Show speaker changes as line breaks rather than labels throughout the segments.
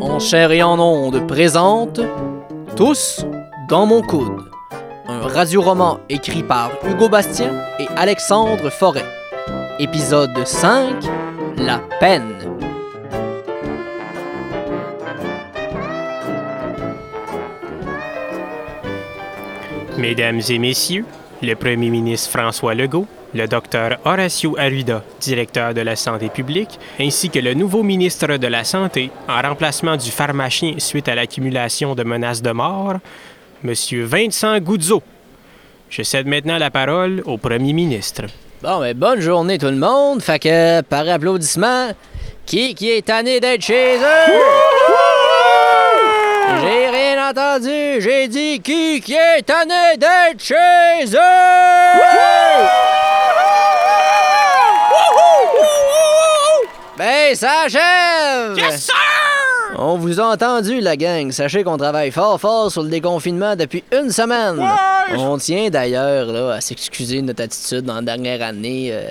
En chair et en ondes présente Tous dans mon coude. Un radioroman écrit par Hugo Bastien et Alexandre Forêt. Épisode 5 La peine.
Mesdames et messieurs, le premier ministre François Legault, le docteur Horacio Arruda, directeur de la santé publique, ainsi que le nouveau ministre de la Santé, en remplacement du pharmacien suite à l'accumulation de menaces de mort, M. Vincent Goudzo. Je cède maintenant la parole au premier ministre.
Bon, ben, bonne journée tout le monde. Fait que, par applaudissement, qui, qui est tanné d'être chez eux? J'ai rien entendu. J'ai dit qui, qui est tanné d'être chez eux? Ben, ça achève! On vous a entendu, la gang. Sachez qu'on travaille fort, fort sur le déconfinement depuis une semaine. On tient d'ailleurs là, à s'excuser de notre attitude dans la dernière année. euh,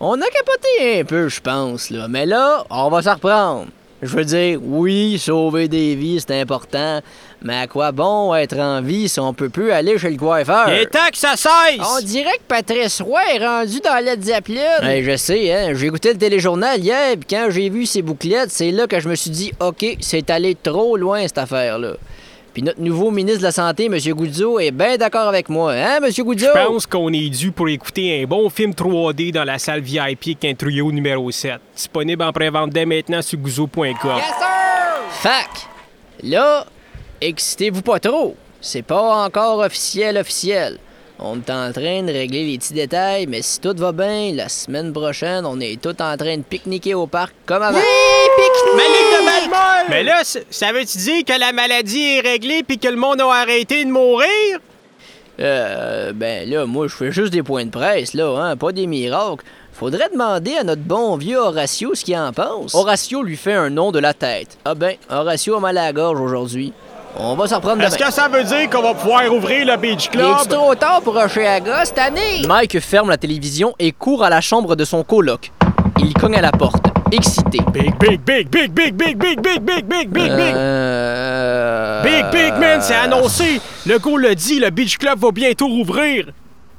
on a capoté un peu, je pense, là. Mais là, on va s'en reprendre. Je veux dire, oui, sauver des vies, c'est important. Mais à quoi bon être en vie si on peut plus aller chez le coiffeur?
temps que ça cesse!
On dirait que Patrice Roy est rendu dans la Zeppelin.
Ouais, je sais, hein. J'ai écouté le téléjournal hier, puis quand j'ai vu ces bouclettes, c'est là que je me suis dit, OK, c'est allé trop loin, cette affaire-là. Puis notre nouveau ministre de la Santé, M. Goudzo, est bien d'accord avec moi, hein, M. Goudzo?
Je pense qu'on est dû pour écouter un bon film 3D dans la salle VIP Quintruyo numéro 7. Disponible en pré-vente dès maintenant sur gouzo.com.
Fac! Là, excitez-vous pas trop. C'est pas encore officiel, officiel. On est en train de régler les petits détails, mais si tout va bien, la semaine prochaine, on est tous en train de pique-niquer au parc comme avant.
Mais là, c- ça veut-tu dire que la maladie est réglée puis que le monde a arrêté de mourir?
Euh, ben là, moi, je fais juste des points de presse, là, hein, pas des miracles. Faudrait demander à notre bon vieux Horatio ce qu'il en pense. Horatio lui fait un nom de la tête. Ah ben, Horatio a mal à la gorge aujourd'hui. On va s'en reprendre demain.
Est-ce que ça veut dire qu'on va pouvoir ouvrir le Beach Club?
est trop tard pour Oshéaga cette année?
Mike ferme la télévision et court à la chambre de son coloc. Il cogne à la porte, excité.
Big, big, big, big, big, big, big, big, big, big, big, big.
Euh...
Big, big, man, c'est annoncé. Le go le dit, le Beach Club va bientôt rouvrir.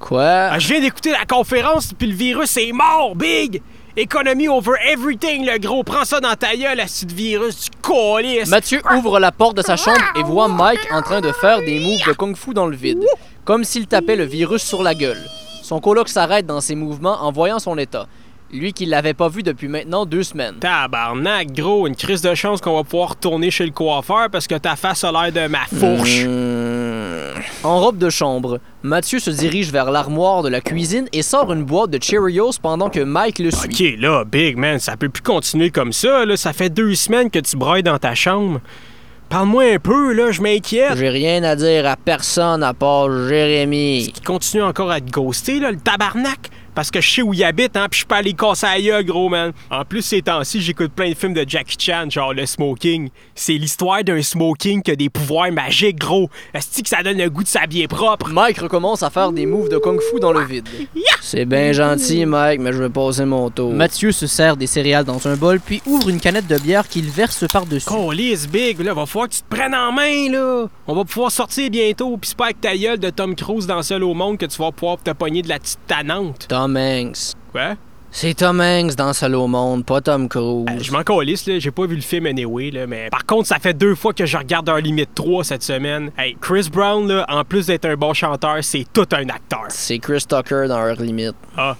Quoi?
Ah, Je viens d'écouter la conférence, puis le virus est mort, big! Économie over everything, le gros. Prends ça dans ta gueule, la petite virus, du colis.
Mathieu ouvre la porte de sa chambre et voit Mike en train de faire des moves de kung-fu dans le vide, comme s'il tapait le virus sur la gueule. Son coloc s'arrête dans ses mouvements en voyant son état, lui qui l'avait pas vu depuis maintenant deux semaines.
Tabarnak, gros, une crise de chance qu'on va pouvoir retourner chez le coiffeur parce que ta face a l'air de ma fourche.
En robe de chambre, Mathieu se dirige vers l'armoire de la cuisine et sort une boîte de Cheerios pendant que Mike le suit.
Ok, là, Big Man, ça peut plus continuer comme ça, là. Ça fait deux semaines que tu broyes dans ta chambre. Parle-moi un peu, là, je m'inquiète.
J'ai rien à dire à personne à part Jérémy.
Tu continues encore à te ghoster, là, le tabarnak? Parce que je sais où il habite, hein, puis je peux aller casser à gueule, gros man. En plus, ces temps-ci, j'écoute plein de films de Jackie Chan, genre le smoking. C'est l'histoire d'un smoking qui a des pouvoirs magiques, gros. Est-ce que ça donne le goût de s'habiller propre?
Mike recommence à faire des moves de kung-fu dans le vide. C'est bien gentil, Mike, mais je vais passer mon tour.
Mathieu se sert des céréales dans un bol, puis ouvre une canette de bière qu'il verse par-dessus.
Colisse, Big, là, va falloir que tu te prennes en main, là. On va pouvoir sortir bientôt, puis c'est pas avec ta gueule de Tom Cruise dans Seul au monde que tu vas pouvoir te pogner de la petite tanante.
Tom Hanks.
Quoi?
C'est Tom Hanks dans Seul au monde, pas Tom Cruise.
Ben, Je m'en calisse, là. J'ai pas vu le film anyway, là. Mais par contre, ça fait deux fois que je regarde un limite 3 cette semaine. Hey, Chris Brown, là, en plus d'être un bon chanteur, c'est tout un acteur.
C'est Chris Tucker dans Heure Limite.
En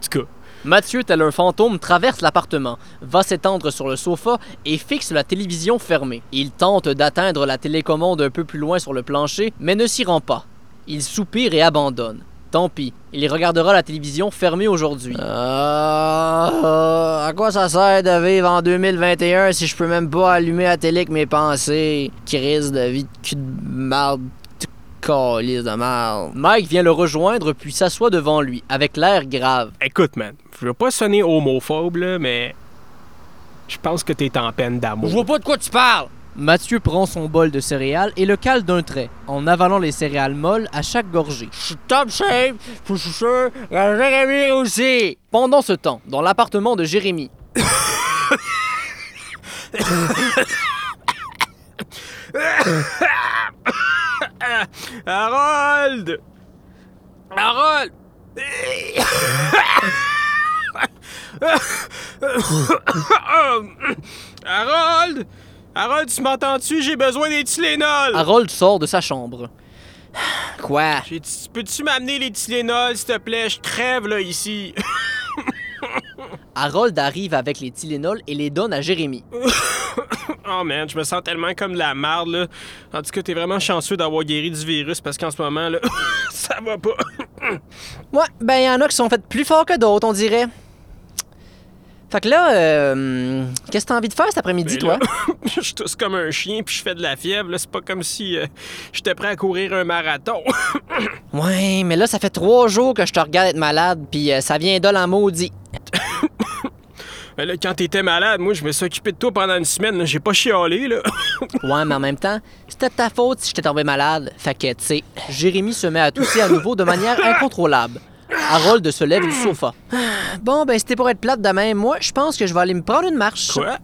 tout cas,
Mathieu, tel un fantôme, traverse l'appartement, va s'étendre sur le sofa et fixe la télévision fermée. Il tente d'atteindre la télécommande un peu plus loin sur le plancher, mais ne s'y rend pas. Il soupire et abandonne. Tant pis, il regardera la télévision fermée aujourd'hui. Ah, à quoi ça sert de vivre en 2021 si je peux même pas allumer la télé que mes pensées? Crise de vie de cul de marde, de calice de marde. Mike vient le rejoindre puis s'assoit devant lui, avec l'air grave.
écoute, man. Je veux pas sonner homophobe, là, mais. Je pense que t'es en peine d'amour.
pas de quoi tu parles!
Mathieu prend son bol de céréales et le cale d'un trait, en avalant les céréales molles à chaque gorgée.
Je suis top shape, je suis sûr que Jérémy aussi. Pendant ce temps, dans l'appartement de Jérémy.
Harold! Harold! Harold! Harold, tu m'entends-tu? J'ai besoin des Tylenol!
Harold sort de sa chambre. Quoi?
J'ai- tu- Peux-tu m'amener les Tylenol, s'il te plaît? Je crève, là, ici.
Harold arrive avec les Tylenol et les donne à Jérémy.
Oh, man, je me sens tellement comme de la marde, là. En tout cas, t'es vraiment chanceux d'avoir guéri du virus, parce qu'en ce moment, là, ça va pas.
Ouais, ben y en a qui sont faites plus fort que d'autres, on dirait. Fait que là, euh, qu'est-ce que t'as envie de faire cet après-midi,
Mais
toi?
Ben là, je tousse comme un chien, puis je fais de la fièvre, là. C'est pas comme si euh, j'étais prêt à courir un marathon.
Ouais, mais là, ça fait trois jours que je te regarde être malade, puis euh, ça vient d'ol en maudit.
Mais Ben là, quand t'étais malade, moi, je me suis occupé de toi pendant une semaine, là. J'ai pas chialé, là.
Ouais, mais en même temps, c'était de ta faute si j'étais tombé malade. Fait que, tu sais, Jérémy se met à tousser à nouveau de manière incontrôlable. Harold se lève du sofa. Bon, ben, c'était pour être plate demain. Moi, je pense que je vais aller me prendre une marche.
Quoi?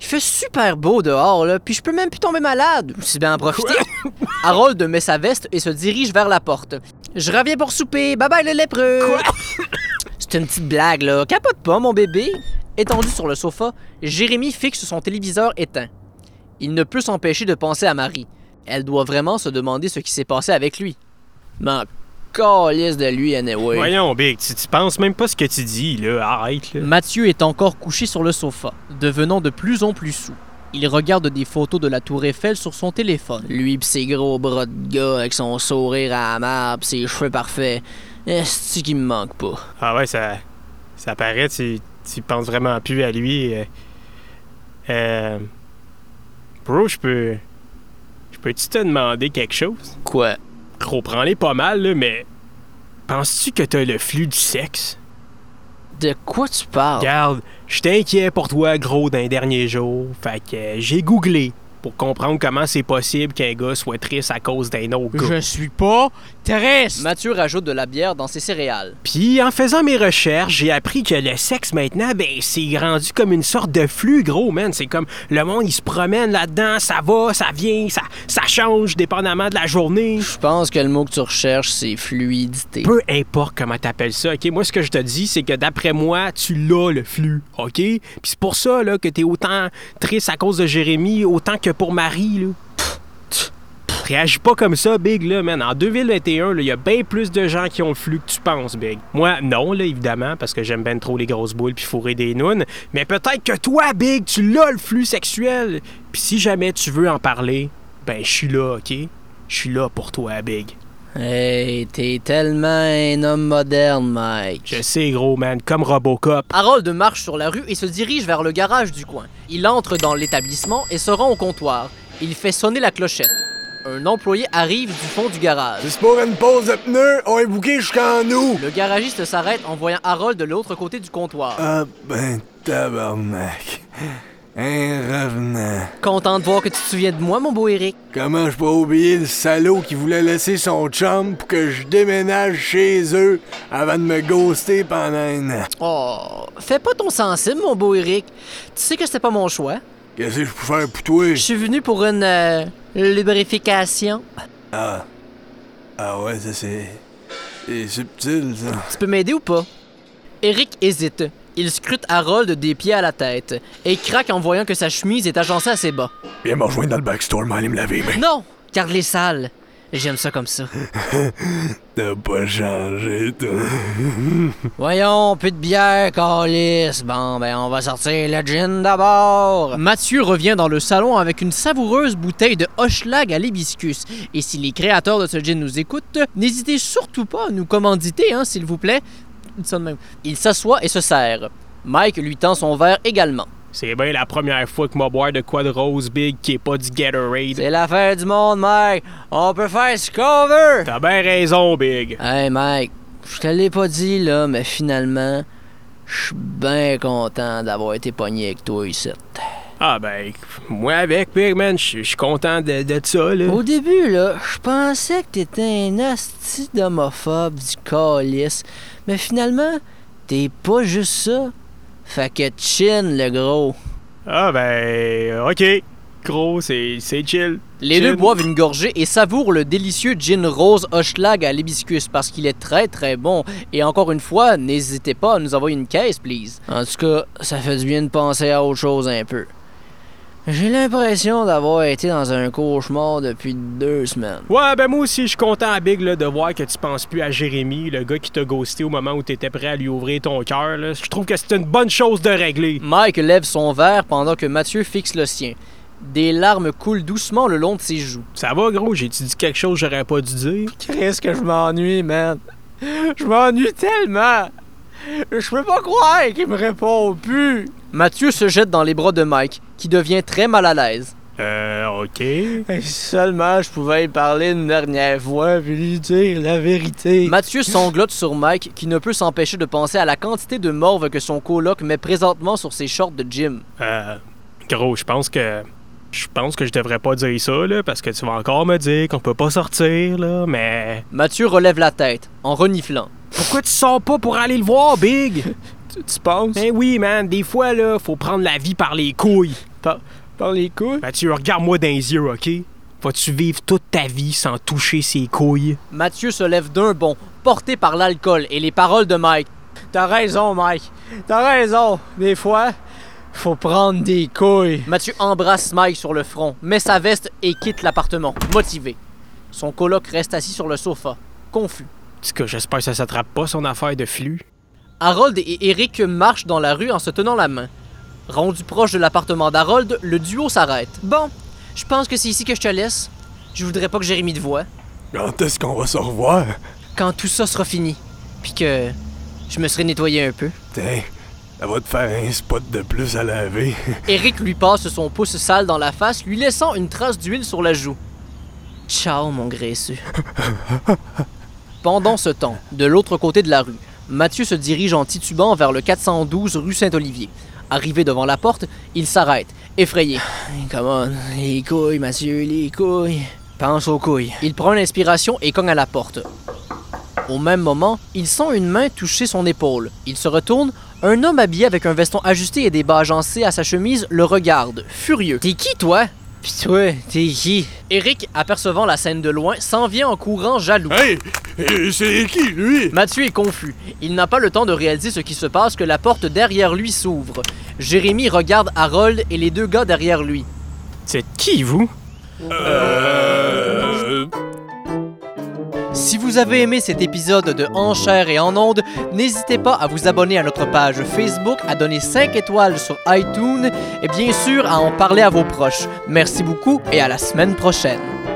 Il fait super beau dehors, là, puis je peux même plus tomber malade. Si bien en profiter. Harold met sa veste et se dirige vers la porte. Je reviens pour souper. Bye bye le lépreux. C'est une petite blague, là. Capote pas, mon bébé. Étendu sur le sofa, Jérémy fixe son téléviseur éteint. Il ne peut s'empêcher de penser à Marie. Elle doit vraiment se demander ce qui s'est passé avec lui. Ben, calisse de lui, anyway.
Voyons, Big, tu, tu penses même pas ce que tu dis, là. Arrête, là.
Mathieu est encore couché sur le sofa, devenant de plus en plus sous. Il regarde des photos de la tour Eiffel sur son téléphone.
Lui pis ses gros bras de gars avec son sourire à la mare pis ses cheveux parfaits. Est-ce qu'il me manque pas?
Ah ouais, ça. Ça paraît, tu, tu penses vraiment plus à lui. Euh. euh, bro, je peux. Je peux-tu te demander quelque chose?
Quoi?
Comprends-les pas mal, là, mais. Penses-tu que t'as le flux du sexe?
De quoi tu parles?
Regarde, je t'inquiète pour toi, gros, dans les derniers jours. Fait que euh, j'ai googlé pour comprendre comment c'est possible qu'un gars soit triste à cause d'un autre gars.
suis pas triste.
Mathieu rajoute de la bière dans ses céréales.
Puis, en faisant mes recherches, j'ai appris que le sexe maintenant, ben, c'est rendu comme une sorte de flux, gros, man. C'est comme le monde, il se promène là-dedans, ça va, ça vient, ça, ça change dépendamment de la journée.
Je pense que le mot que tu recherches, c'est fluidité.
Peu importe comment t'appelles ça, OK? Moi, ce que je te dis, c'est que d'après moi, tu l'as, le flux, OK? Puis c'est pour ça, là, que t'es autant triste à cause de Jérémy, autant que pour Marie, là. Pff, tch, pff. Réagis pas comme ça, Big, là, man. En 2021, là, il y a bien plus de gens qui ont le flux que tu penses, Big. Moi, non, là, évidemment, parce que j'aime ben trop les grosses boules puis fourrer des nounes. Mais peut-être que toi, Big, tu l'as, le flux sexuel. Puis si jamais tu veux en parler, ben, je suis là, OK? Je suis là pour toi, Big.
Hey, t'es tellement un homme moderne,
Je
Mike.
sais, gros, man, comme Robocop.
Harold marche sur la rue et se dirige vers le garage du coin. Il entre dans l'établissement et se rend au comptoir. Il fait sonner la clochette. Un employé arrive du fond du garage.
C'est pour une pause de pneus, on est bouqué jusqu'en nous.
Le garagiste s'arrête en voyant Harold de l'autre côté du comptoir.
Ah ben tabarnak. Un revenant.
Content de voir que tu te souviens de moi, mon beau Eric.
Comment je peux oublier le salaud qui voulait laisser son chum pour que je déménage chez eux avant de me ghoster pendant un an?
Oh, fais pas ton sensible, mon beau Eric. Tu sais que c'était pas mon choix.
Qu'est-ce que je peux faire pour toi?
Je suis venu pour une euh, lubrification.
Ah. Ah ouais, ça c'est. C'est subtil ça.
Tu peux m'aider ou pas? Eric hésite. Il scrute Harold des pieds à la tête et craque en voyant que sa chemise est agencée à ses bas.
Viens me rejoindre dans le backstore, m'aller me laver, ben. mais.
Non! Garde les sales. J'aime ça comme ça.
T'as pas changé, toi.
Voyons, plus de bière, Carlis. Bon, ben, on va sortir le gin d'abord.
Mathieu revient dans le salon avec une savoureuse bouteille de Hochelag à l'hibiscus. Et si les créateurs de ce gin nous écoutent, n'hésitez surtout pas à nous commanditer, hein, s'il vous plaît. Ça de même.
Il s'assoit et se serre. Mike lui tend son verre également.
C'est bien la première fois que m'a boire de quoi de rose big qui est pas du Gatorade.
C'est l'affaire du monde, Mike. On peut faire ce qu'on veut.
T'as bien raison, big.
Hey Mike, je te l'ai pas dit là, mais finalement, je suis bien content d'avoir été pogné avec toi ici.
Ah ben, moi avec, big man, je je suis content de, de ça, là.
Au début là, je pensais que t'étais un asti d'homophobe du calice, mais finalement, t'es pas juste ça. Fait que chin le gros.
Ah ben, ok. Gros, c'est c'est chill.
Les
Gin.
deux boivent une gorgée et savourent le délicieux gin rose Hochlag à l'hibiscus parce qu'il est très très bon. Et encore une fois, n'hésitez pas à nous envoyer une caisse, please.
En tout cas, ça fait du bien de penser à autre chose un peu. J'ai l'impression d'avoir été dans un cauchemar depuis deux semaines.
Ouais, ben moi aussi, je suis content à Big là, de voir que tu penses plus à Jérémy, le gars qui t'a ghosté au moment où t'étais prêt à lui ouvrir ton cœur. là. Je trouve que c'est une bonne chose de régler.
Mike lève son verre pendant que Mathieu fixe le sien. Des larmes coulent doucement le long de ses joues.
Ça va, gros, j'ai-tu dit quelque chose que j'aurais pas dû dire?
Qu'est-ce que je m'ennuie, man? Je m'ennuie tellement! Je peux pas croire qu'il me répond plus!
Mathieu se jette dans les bras de Mike, qui devient très mal à l'aise.
Euh, ok.
Si seulement je pouvais y parler une dernière fois puis lui dire la vérité.
Mathieu sanglote sur Mike, qui ne peut s'empêcher de penser à la quantité de morve que son coloc met présentement sur ses shorts de gym.
Euh, gros, je pense que. Je pense que je devrais pas dire ça, là, parce que tu vas encore me dire qu'on peut pas sortir, là, mais.
Mathieu relève la tête, en reniflant.
Pourquoi tu sors pas pour aller le voir, Big?
tu, tu penses?
ben oui, man, des fois, là, faut prendre la vie par les couilles.
Par les couilles?
Mathieu, regarde-moi dans les yeux, ok? Vas-tu vivre toute ta vie sans toucher ses couilles?
Mathieu se lève d'un bond, porté par l'alcool et les paroles de Mike.
T'as raison, Mike. T'as raison. Des fois, faut prendre des couilles.
Mathieu embrasse Mike sur le front, met sa veste et quitte l'appartement, motivé. Son coloc reste assis sur le sofa, confus.
En tout cas, j'espère que ça s'attrape pas son affaire de flux.
Harold et Eric marchent dans la rue en se tenant la main. Rendu proche de l'appartement d'Harold, le duo s'arrête. Bon, je pense que c'est ici que je te laisse. Je voudrais pas que Jérémy te voie.
Quand est-ce qu'on va se revoir?
Quand tout ça sera fini, puis que je me serai nettoyé un peu.
Tiens, ça va te faire un spot de plus à laver.
Eric lui passe son pouce sale dans la face, lui laissant une trace d'huile sur la joue. Ciao, mon graisseux. Pendant ce temps, de l'autre côté de la rue, Mathieu se dirige en titubant vers le 412 rue Saint-Olivier. Arrivé devant la porte, il s'arrête, effrayé.
Come on. Les couilles, Mathieu, les couilles. Pense aux couilles.
Il prend une inspiration et cogne à la porte. Au même moment, il sent une main toucher son épaule. Il se retourne. Un homme habillé avec un veston ajusté et des bas agencés à sa chemise le regarde, furieux. T'es qui, toi
Pis toi, t'es qui?
Eric, apercevant la scène de loin, s'en vient en courant jaloux.
Hey! euh, C'est qui, lui?
Mathieu est confus. Il n'a pas le temps de réaliser ce qui se passe que la porte derrière lui s'ouvre. Jérémy regarde Harold et les deux gars derrière lui.
C'est qui, vous?
Euh...
Si vous avez aimé cet épisode de En chair et en onde, n'hésitez pas à vous abonner à notre page Facebook, à donner 5 étoiles sur iTunes et bien sûr à en parler à vos proches. Merci beaucoup et à la semaine prochaine.